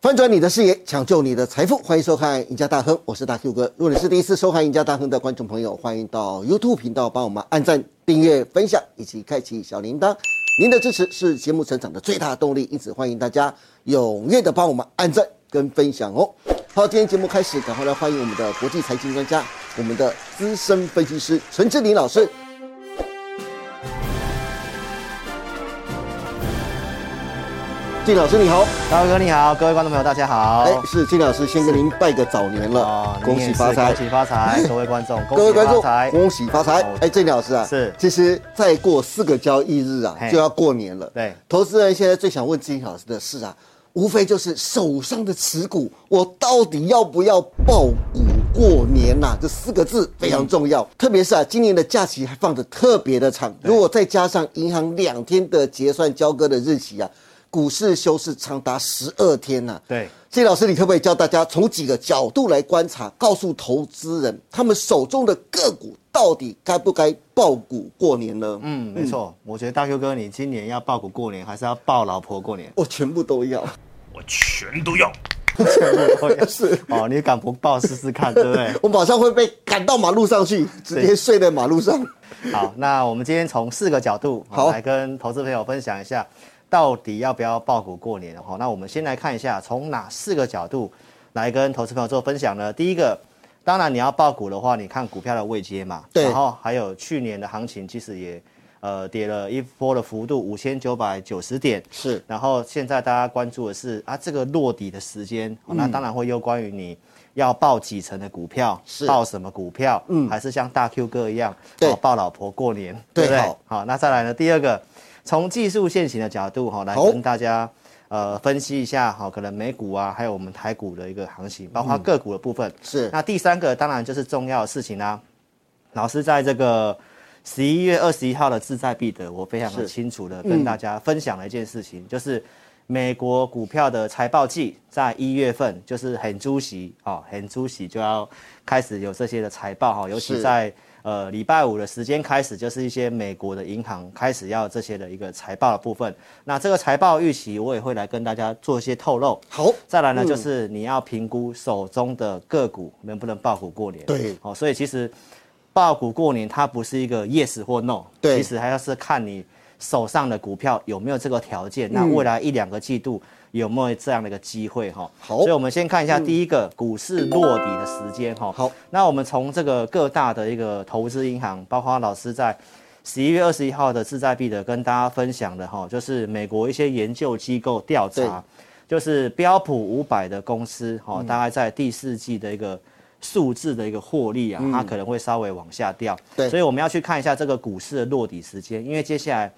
翻转你的视野，抢救你的财富，欢迎收看《赢家大亨》，我是大 Q 哥。如果你是第一次收看《赢家大亨》的观众朋友，欢迎到 YouTube 频道帮我们按赞、订阅、分享以及开启小铃铛。您的支持是节目成长的最大动力，因此欢迎大家踊跃的帮我们按赞跟分享哦。好，今天节目开始，赶快来欢迎我们的国际财经专家，我们的资深分析师陈志林老师。季老师你好。大哥你好，各位观众朋友大家好。哎，是金老师先跟您拜个早年了哦，，恭你喜也是发财恭！喜发财，各位观众，各位观众恭喜发，财恭喜发财哦！哎，郑老师啊，是其实再过四个交易日啊，嘿就要过年了。对投资人现在最想问金老师的事啊，无非就是手上的持股，我到底要不要爆股过年呐、这四个字非常重嗯要，特别是啊，今年的假期还放得特别的长，如果再加上银行两天的结算交割的日期啊，股市休市长达十二天啊呐、对。谢老师，你可不可以教大家从几个角度来观察，告诉投资人他们手中的个股到底该不该爆股过年呢？嗯，嗯，没错，我觉得大 Q 哥，你今年要抱股过年，还是要抱老婆 ？过年 我全部都要。我全都要。是哦，你敢不抱试试看，对不对？我马上会被赶到马路上去，直接睡在马路上。 好，那我们今天从四个角度、哦好来跟投资朋友分享一下，到底要不要爆股过年哈、哦？那我们先来看一下，从哪四个角度来跟投资朋友做分享呢？第一个，当然你要爆股的话，你看股票的位阶嘛，对然后还有去年的行情，其实也呃跌了一波的幅度五千九百九十点，是然后现在大家关注的是啊，这个落底的时间，嗯哦那当然会有关于你要报几成的股票，是报什么股票，嗯，还是像大 Q 哥一样，对哦抱老婆过年，对不对？好好，那再来呢，第二个，从技术线型的角度哈、哦来好跟大家。呃，分析一下哈、哦可能美股啊，还有我们台股的一个行情，包括个股的部分。嗯是那第三个当然就是重要的事情啦、老师在这个十一月二十一号的志在必得，我非常的是嗯清楚的跟大家分享了一件事情，就是美国股票的财报季在一月份，就是很主席哦，很主席就要开始有这些的财报哦哈、尤其是在呃礼拜五的时间开始，就是一些美国的银行开始要这些的一个财报的部分。那这个财报预期，我也会来跟大家做一些透露。好，再来呢，就是你要评估手中的个股能不能爆股过年。对哦，所以其实爆股过年它不是一个 yes 或 no，对其实还要是看你手上的股票有没有这个条件，嗯那未来一两个季度有没有这样的一个机会哈。好嗯所以我们先看一下第一个股市落底的时间哈。好，那我们从这个各大的一个投资银行，包括老师在。十一月二十一号的志在必得跟大家分享的哈，就是美国一些研究机构调查，就是标普五百的公司哈、哦，大概在第四季的一个数字的一个获利啊，它可能会稍微往下掉。对所以我们要去看一下这个股市的落底时间，因为接下来。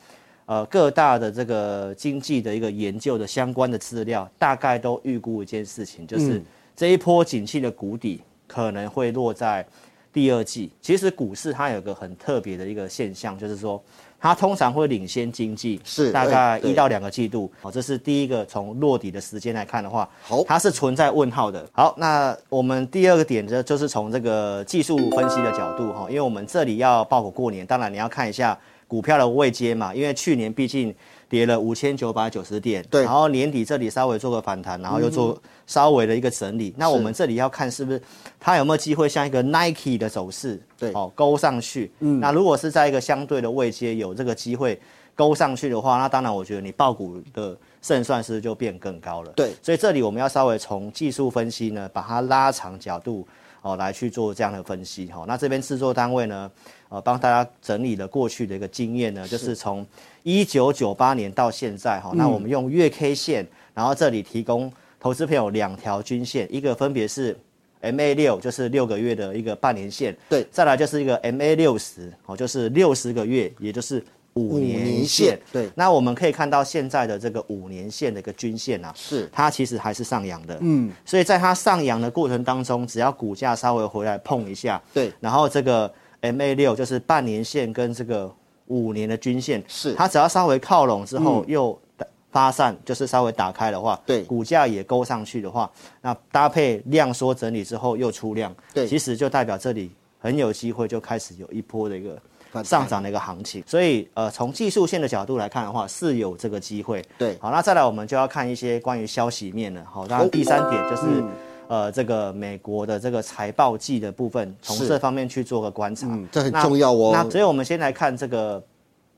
呃，各大的这个经济的一个研究的相关的资料，大概都预估一件事情，就是嗯这一波景气的谷底可能会落在第二季。其实股市它有个很特别的一个现象，就是说它通常会领先经济，是大概对对一到两个季度。哦，这是第一个从落底的时间来看的话，好它是存在问号的。好，那我们第二个点呢，就是从这个技术分析的角度哈，因为我们这里要报股过年，当然你要看一下股票的位阶嘛，因为去年毕竟跌了五千九百九十点，对嗯然后年底这里稍微做个反弹，然后又做稍微的一个整理。那我们这里要看是不是它有没有机会像一个 Nike 的走势，对哦，勾上去。嗯，那如果是在一个相对的位阶有这个机会勾上去的话，那当然我觉得你爆股的胜算是不是就变更高了？对所以这里我们要稍微从技术分析呢，把它拉长角度哦来去做这样的分析哈、哦。那这边制作单位呢，呃，帮大家整理了过去的一个经验呢，就是从一九九八年到现在嗯哈、那我们用月 K 线，然后这里提供投资朋友两条均线，一个分别是 MA 六，就是六个月的一个半年线，对再来就是一个 MA 六十，哦，就是六十个月，也就是五五年年线线，对那我们可以看到现在的这个五年线的一个均线啊，是它其实还是上扬的，嗯，所以在它上扬的过程当中，只要股价稍微回来碰一下，对然后这个 MA 六就是半年线跟这个五年的均线，是嗯它只要稍微靠拢之后又打发散，就是稍微打开的话，对股价也勾上去的话，那搭配量缩整理之后又出量，对其实就代表这里很有机会就开始有一波的一个反弹上涨的一个行情。所以呃，从技术线的角度来看的话，是有这个机会。对好，那再来我们就要看一些关于消息面了。好，当好然第三点就是。嗯呃，这个美国的这个财报季的部分，从是这方面去做个观察，嗯这很那重要哦那所以我们先来看这个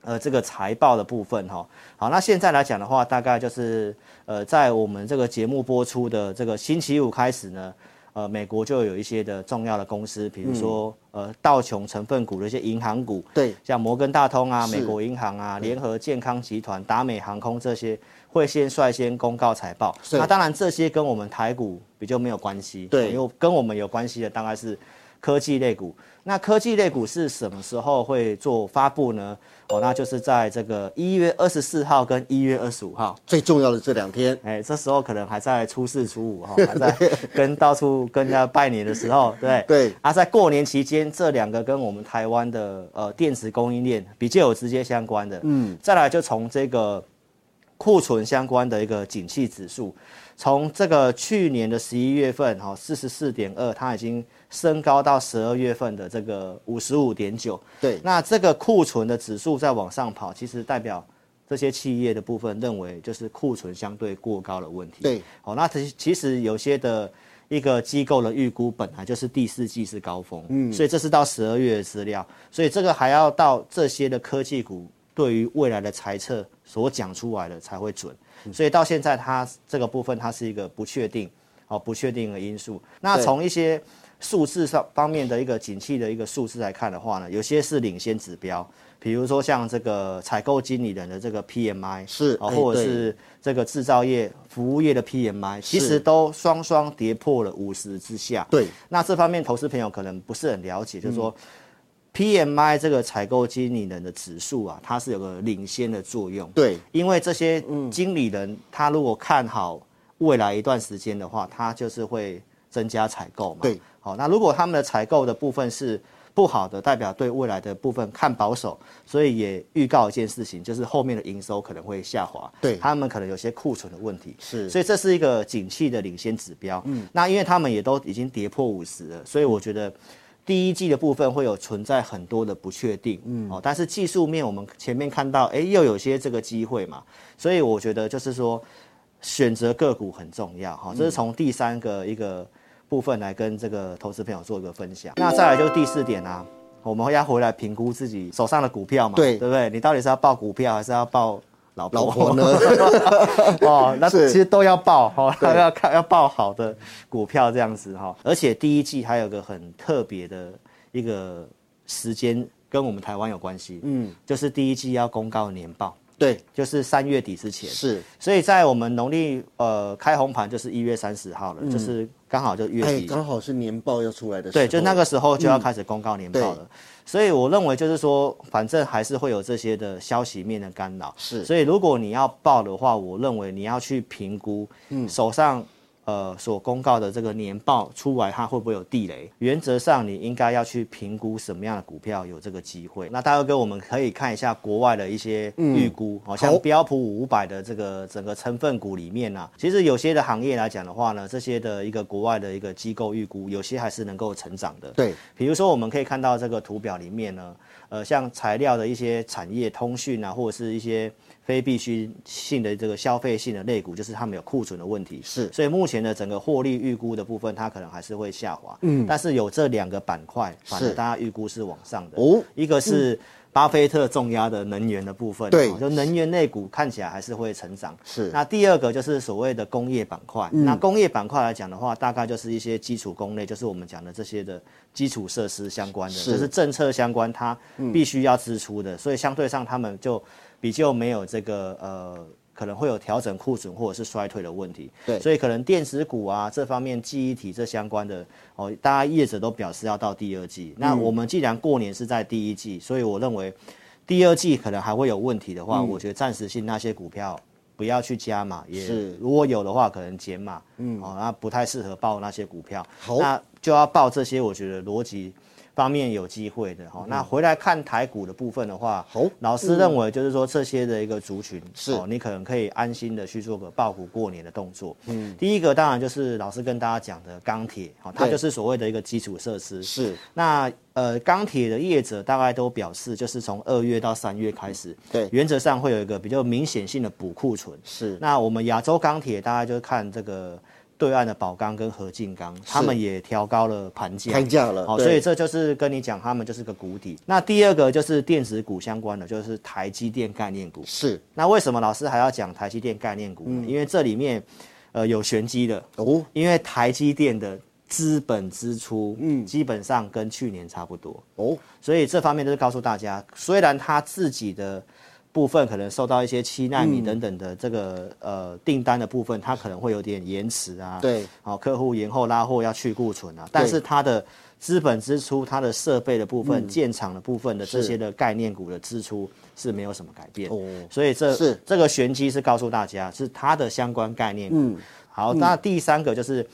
呃这个财报的部分哈、好，那现在来讲的话，大概就是呃在我们这个节目播出的这个星期五开始呢。呃，美国就有一些的重要的公司，嗯比如说、呃道琼成分股的一些银行股，对像摩根大通啊、是美国银行嗯啊、联合健康集团、达美航空这些，会先率先公告财报。是那当然，这些跟我们台股比较没有关系，对因为跟我们有关系的大概是科技类股。那科技类股是什么时候会做发布呢？哦，那就是在这个一月二十四号跟一月二十五号。最重要的这两天，哎，这时候可能还在初四、初五哈，还在跟到处跟人家拜年的时候，对对啊，在过年期间，这两个跟我们台湾的呃电池供应链比较有直接相关的。嗯，再来就从这个库存相关的一个景气指数，从这个去年的十一月份哈四十四点二，它已经升高到十二月份的这个五十五点九。对，那这个库存的指数在往上跑，其实代表这些企业的部分认为就是库存相对过高的问题。对，好、那其其实有些的一个机构的预估本来就是第四季是高峰，嗯，所以这是到十二月的资料，所以这个还要到这些的科技股对于未来的猜测所讲出来的才会准，嗯所以到现在它这个部分它是一个不确定，哦，不确定的因素。那对从一些数字上方面的一个景气的一个数字来看的话呢，有些是领先指标，比如说像这个采购经理人的这个 PMI 是哦，哎或者对是这个制造业、服务业的 PMI，其是实都双双跌破了五十之下。对，那这方面投资朋友可能不是很了解，就是说 PMI 这个采购经理人的指数啊，它是有个领先的作用。对，因为这些嗯经理人、他如果看好未来一段时间的话，他就是会增加采购嘛。对，好，那如果他们的采购的部分是不好的，代表对未来的部分看保守，所以也预告一件事情，就是后面的营收可能会下滑。对他们可能有些库存的问题。是所以这是一个景气的领先指标。嗯，那因为他们也都已经跌破五十了，所以我觉得。第一季的部分会有存在很多的不确定，嗯，哦，但是技术面我们前面看到，哎，又有些这个机会嘛，所以我觉得就是说，选择个股很重要哈，嗯这是从第三个一个部分来跟这个投资朋友做一个分享。那再来就是第四点啊，我们要回来评估自己手上的股票嘛，对对不对？你到底是要报股票还是要报老婆？老婆呢？ 哦，那是其实都要报哈，哦、 要看要报好的股票这样子哈、而且第一季还有个很特别的一个时间跟我们台湾有关系，嗯，就是第一季要公告年报，对，就是三月底之前，是，所以在我们农历呃开红盘就是一月三十号了，就是刚好就月嗯哎，底，刚好是嗯年报要出来的时候，对，就那个时候就要开始公告年报了。所以我认为就是说，反正还是会有这些的消息面的干扰。是所以如果你要报的话，我认为你要去评估，手上呃所公告的这个年报出来，它会不会有地雷？原则上你应该要去评估什么样的股票有这个机会。那大哥哥，我们可以看一下国外的一些预估，好、像好标普五百的这个整个成分股里面啊，其实有些的行业来讲的话呢，这些的一个国外的一个机构预估，有些还是能够成长的。对，比如说我们可以看到这个图表里面呢，呃，像材料的一些产业、通讯啊，或者是一些非必需性的这个消费性的类股，就是他们有库存的问题，是所以目前的整个获利预估的部分，它可能还是会下滑，嗯，但是有这两个板块，反是正大家预估是往上的，哦一个是巴菲特重压的能源的部分，对哦就能源类股看起来还是会成长，是嗯那第二个就是所谓的工业板块。那工业板块来讲的话，大概就是一些基础工类，就是我们讲的这些的基础设施相关的，是嗯就是政策相关，它必须要支出的，所以相对上他们就比较没有这个呃。可能会有调整库存或者是衰退的问题，对所以可能电子股啊这方面记忆体这相关的哦，大家业者都表示要到第二季。嗯那我们既然过年是在第一季，所以我认为第二季可能还会有问题的话，嗯我觉得暂时性那些股票不要去加码，也是如果有的话可能减码，嗯，哦，那不太适合报那些股票，好那就要报这些我觉得逻辑方面有机会的哈、那回来看台股的部分的话，嗯好老师认为就是说这些的一个族群哦是你可能可以安心的去做个报股过年的动作。嗯，第一个当然就是老师跟大家讲的钢铁，好、它对就是所谓的一个基础设施。是那呃，钢铁的业者大概都表示，就是从二月到三月开始，对原则上会有一个比较明显性的补库存。是那我们亚洲钢铁大概就是看这个对岸的宝钢跟合进钢，他们也调高了盘价，开价了，好，对所以这就是跟你讲，他们就是个谷底。那第二个就是电子股相关的，就是台积电概念股。是那为什么老师还要讲台积电概念股嗯呢？因为这里面呃有玄机的，哦，因为台积电的资本支出，嗯，基本上跟去年差不多，哦，所以这方面就是告诉大家，虽然它自己的部分可能受到一些七纳米等等的这个、呃订单的部分，它可能会有点延迟啊，对，好、客户延后拉货要去库存啊，但是它的资本支出、它的设备的部分、嗯建厂的部分的这是些的概念股的支出是没有什么改变，哦所以这是这个玄机是告诉大家是它的相关概念股。嗯好，那第三个就是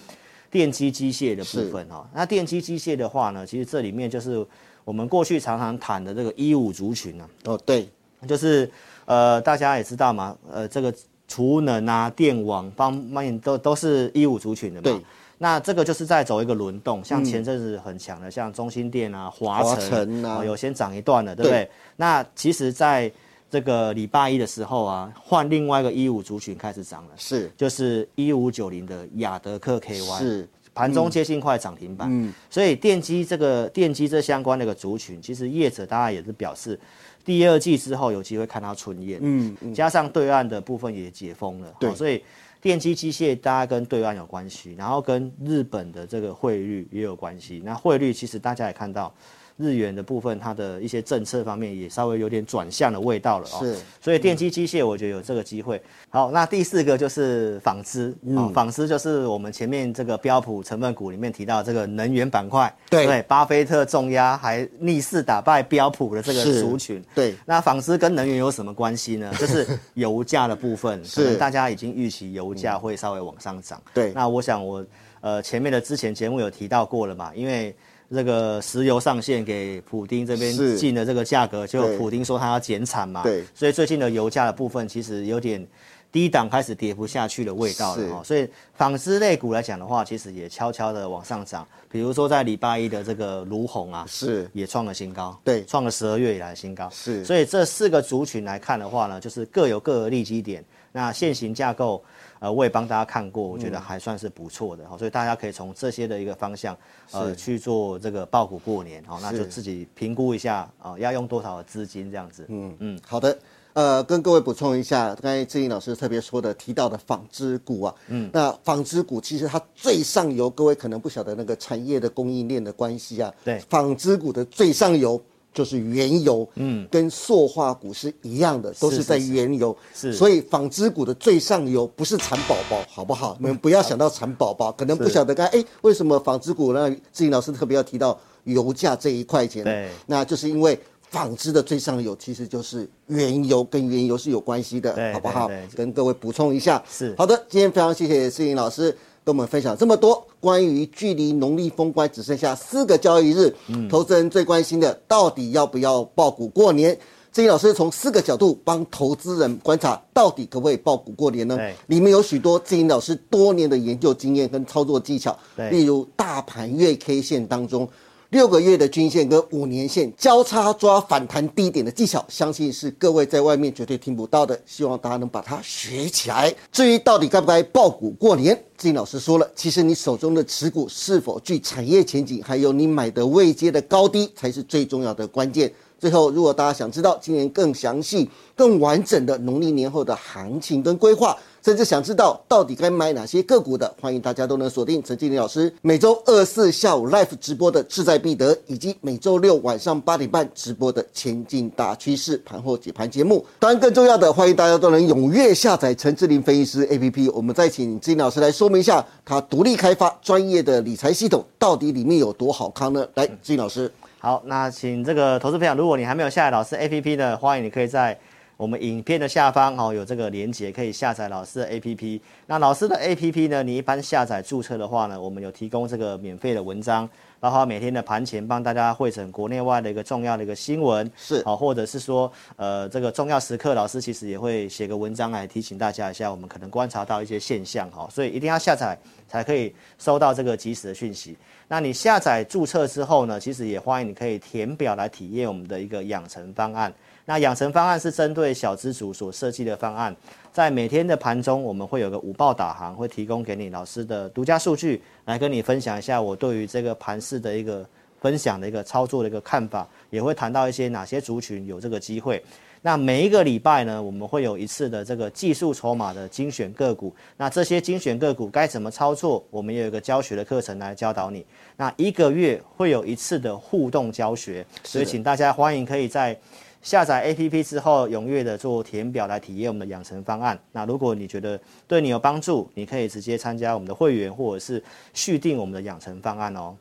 电机机械的部分哦。那电机机械的话呢，其实这里面就是我们过去常常谈的这个一五族群啊，哦，对，就是呃大家也知道嘛，呃这个储能啊、电网方面都都是一五族群的嘛对。嗯那这个就是在走一个轮动，像前阵子很强的，像中心电啊、华华晨晨啊哦有先涨一段了，对不对对？那其实在这个礼拜一的时候啊，换另外一个一五族群开始涨了，是就是一五九零的雅德克 KY，是盘中接近快涨停板，所以电机这个电机这相关的一个族群，其实业者大家也是表示，第二季之后有机会看到春燕，嗯，加上对岸的部分也解封了，对好所以电机机械大家跟对岸有关系，然后跟日本的这个汇率也有关系，那汇率其实大家也看到。日元的部分，它的一些政策方面也稍微有点转向的味道了哦。是所以电机机械我觉得有这个机会。好，那第四个就是纺织，嗯哦，纺织就是我们前面这个标普成分股里面提到这个能源板块，对巴菲特重压还逆势打败标普的这个是族群。对那纺织跟能源有什么关系呢？就是 油价的部分，可能大家已经预期油价会稍微往上涨。嗯对那我想我呃前面的之前节目有提到过了嘛，因为这个石油上限给普丁这边是进的这个价格，就对普丁说他要减产嘛，对所以最近的油价的部分其实有点低档开始跌不下去的味道是了哦，所以纺织类股来讲的话，其实也悄悄的往上涨，比如说在礼拜一的这个卢红啊，是也创了新高，对创了十二月以来的新高，是所以这四个族群来看的话呢，就是各有各的利基点。那现行架构，呃，我也帮大家看过，我觉得还算是不错嗯的、哦，所以大家可以从这些的一个方向，呃，去做这个爆股过年，哦，那是就自己评估一下啊、要用多少的资金这样子，嗯嗯，好的，呃，跟各位补充一下，刚才志颖老师特别说的提到的纺织股啊，嗯，那纺织股其实它最上游，各位可能不晓得那个产业的供应链的关系啊，对纺织股的最上游。就是原油，嗯，跟塑化股是一样的，都是是在是原油，是所以纺织股的最上游不是蚕宝宝，好不好？你们不要想到蚕宝宝，可能不是晓得该哎，为什么纺织股呢？志颖老师特别要提到油价这一块钱，对那就是因为纺织的最上游其实就是原油，跟原油是有关系的，对好不好对？对跟各位补充一下。是好的，今天非常谢谢思颖老师跟我们分享这么多关于距离农历封关只剩下四个交易日，嗯投资人最关心的到底要不要爆股过年？志颖老师从四个角度帮投资人观察，到底可不可以爆股过年呢对？里面有许多志颖老师多年的研究经验跟操作技巧，对例如大盘月 K 线当中，六个月的均线跟五年线交叉抓反弹低点的技巧，相信是各位在外面绝对听不到的。希望大家能把它学起来。至于到底该不该爆股过年，志颖老师说了，其实你手中的持股是否具产业前景，还有你买的位阶的高低，才是最重要的关键。最后，如果大家想知道今年更详细、更完整的农历年后的行情跟规划，甚至想知道到底该买哪些个股的，欢迎大家都能锁定陈经理老师每周二四下午 live 直播的《志在必得》，以及每周六晚上八点半直播的《前进大趋势盘后解盘》节目。当然，更重要的，欢迎大家都能踊跃下载陈志林分析师 APP。我们再请金老师来说明一下，他独立开发专业的理财系统到底里面有多好康呢？来，金老师。好，那请这个投资朋友，如果你还没有下载老师 APP 的，欢迎你可以在我们影片的下方哦有这个连接，可以下载老师的 APP。那老师的 APP 呢，你一般下载注册的话呢，我们有提供这个免费的文章。包括每天的盘前帮大家汇整国内外的一个重要的一个新闻，是好、或者是说呃这个重要时刻，老师其实也会写个文章来提醒大家一下，我们可能观察到一些现象哈、所以一定要下载才可以收到这个及时的讯息。那你下载注册之后呢，其实也欢迎你可以填表来体验我们的一个养成方案。那养成方案是针对小资主所设计的方案，在每天的盘中，我们会有个午报导航，会提供给你老师的独家数据，来跟你分享一下我对于这个盘市的一个分享的一个操作的一个看法，也会谈到一些哪些族群有这个机会。那每一个礼拜呢，我们会有一次的这个技术筹码的精选个股。那这些精选个股该怎么操作，我们也有一个教学的课程来教导你。那一个月会有一次的互动教学，所以请大家欢迎可以在下载 APP 之后，踊跃的做填表来体验我们的养成方案。那如果你觉得对你有帮助，你可以直接参加我们的会员，或者是续订我们的养成方案哦。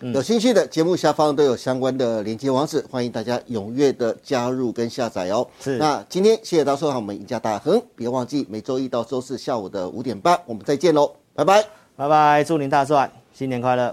有兴趣的节目下方都有相关的连接网址，欢迎大家踊跃的加入跟下载哦。是那今天谢谢大家收看我们赢家大亨，别忘记每周一到周四下午的五点半，我们再见喽，拜拜。拜拜，祝您大赚，新年快乐！